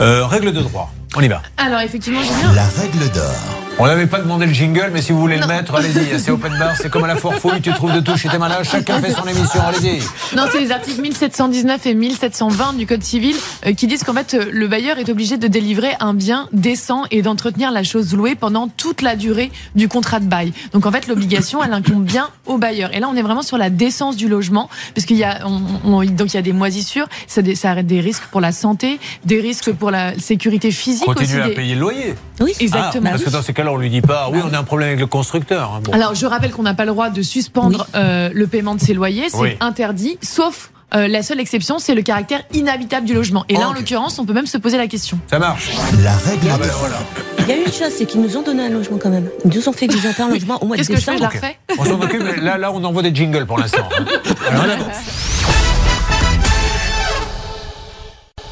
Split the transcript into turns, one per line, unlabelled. Euh, règle de droit. On y va.
Alors, effectivement, j'ai bien.
La règle d'or.
On n'avait pas demandé le jingle, mais si vous voulez le mettre, allez-y. C'est open bar, c'est comme à la forfouille, tu trouves de tout chez tes malades, chacun fait son émission, allez-y.
Non, c'est les articles 1719 et 1720 du Code civil euh, qui disent qu'en fait, euh, le bailleur est obligé de délivrer un bien décent et d'entretenir la chose louée pendant toute la durée du contrat de bail. Donc, en fait, l'obligation, elle incombe bien au bailleur. Et là, on est vraiment sur la décence du logement, parce qu'il y a, on- on- donc il y a des moisissures, ça, dé- ça a des risques pour la santé, des risques pour la sécurité physique aussi.
Continue à
des-
payer le loyer.
Oui.
Exactement.
Ah, parce que dans ces cas-là, on lui dit pas, oui, on a un problème avec le constructeur. hein, Bon.
Alors, je rappelle qu'on n'a pas le droit de suspendre euh, le paiement de ses loyers, c'est
Oui.
interdit, sauf euh, la seule exception, c'est le caractère inhabitable du logement. Et là, en
Ok.
l'occurrence, on peut même se poser la question.
Ça marche.
La règle
Ah
d'or.
Il y a une chose, c'est qu'ils nous ont donné un logement quand même. Ils nous ont fait visiter un logement au mois de
Qu'est-ce que je fais Je la
décembre.
refais
On s'en occupe, mais là, là, on envoie des jingles pour l'instant. hein. Alors, on avance.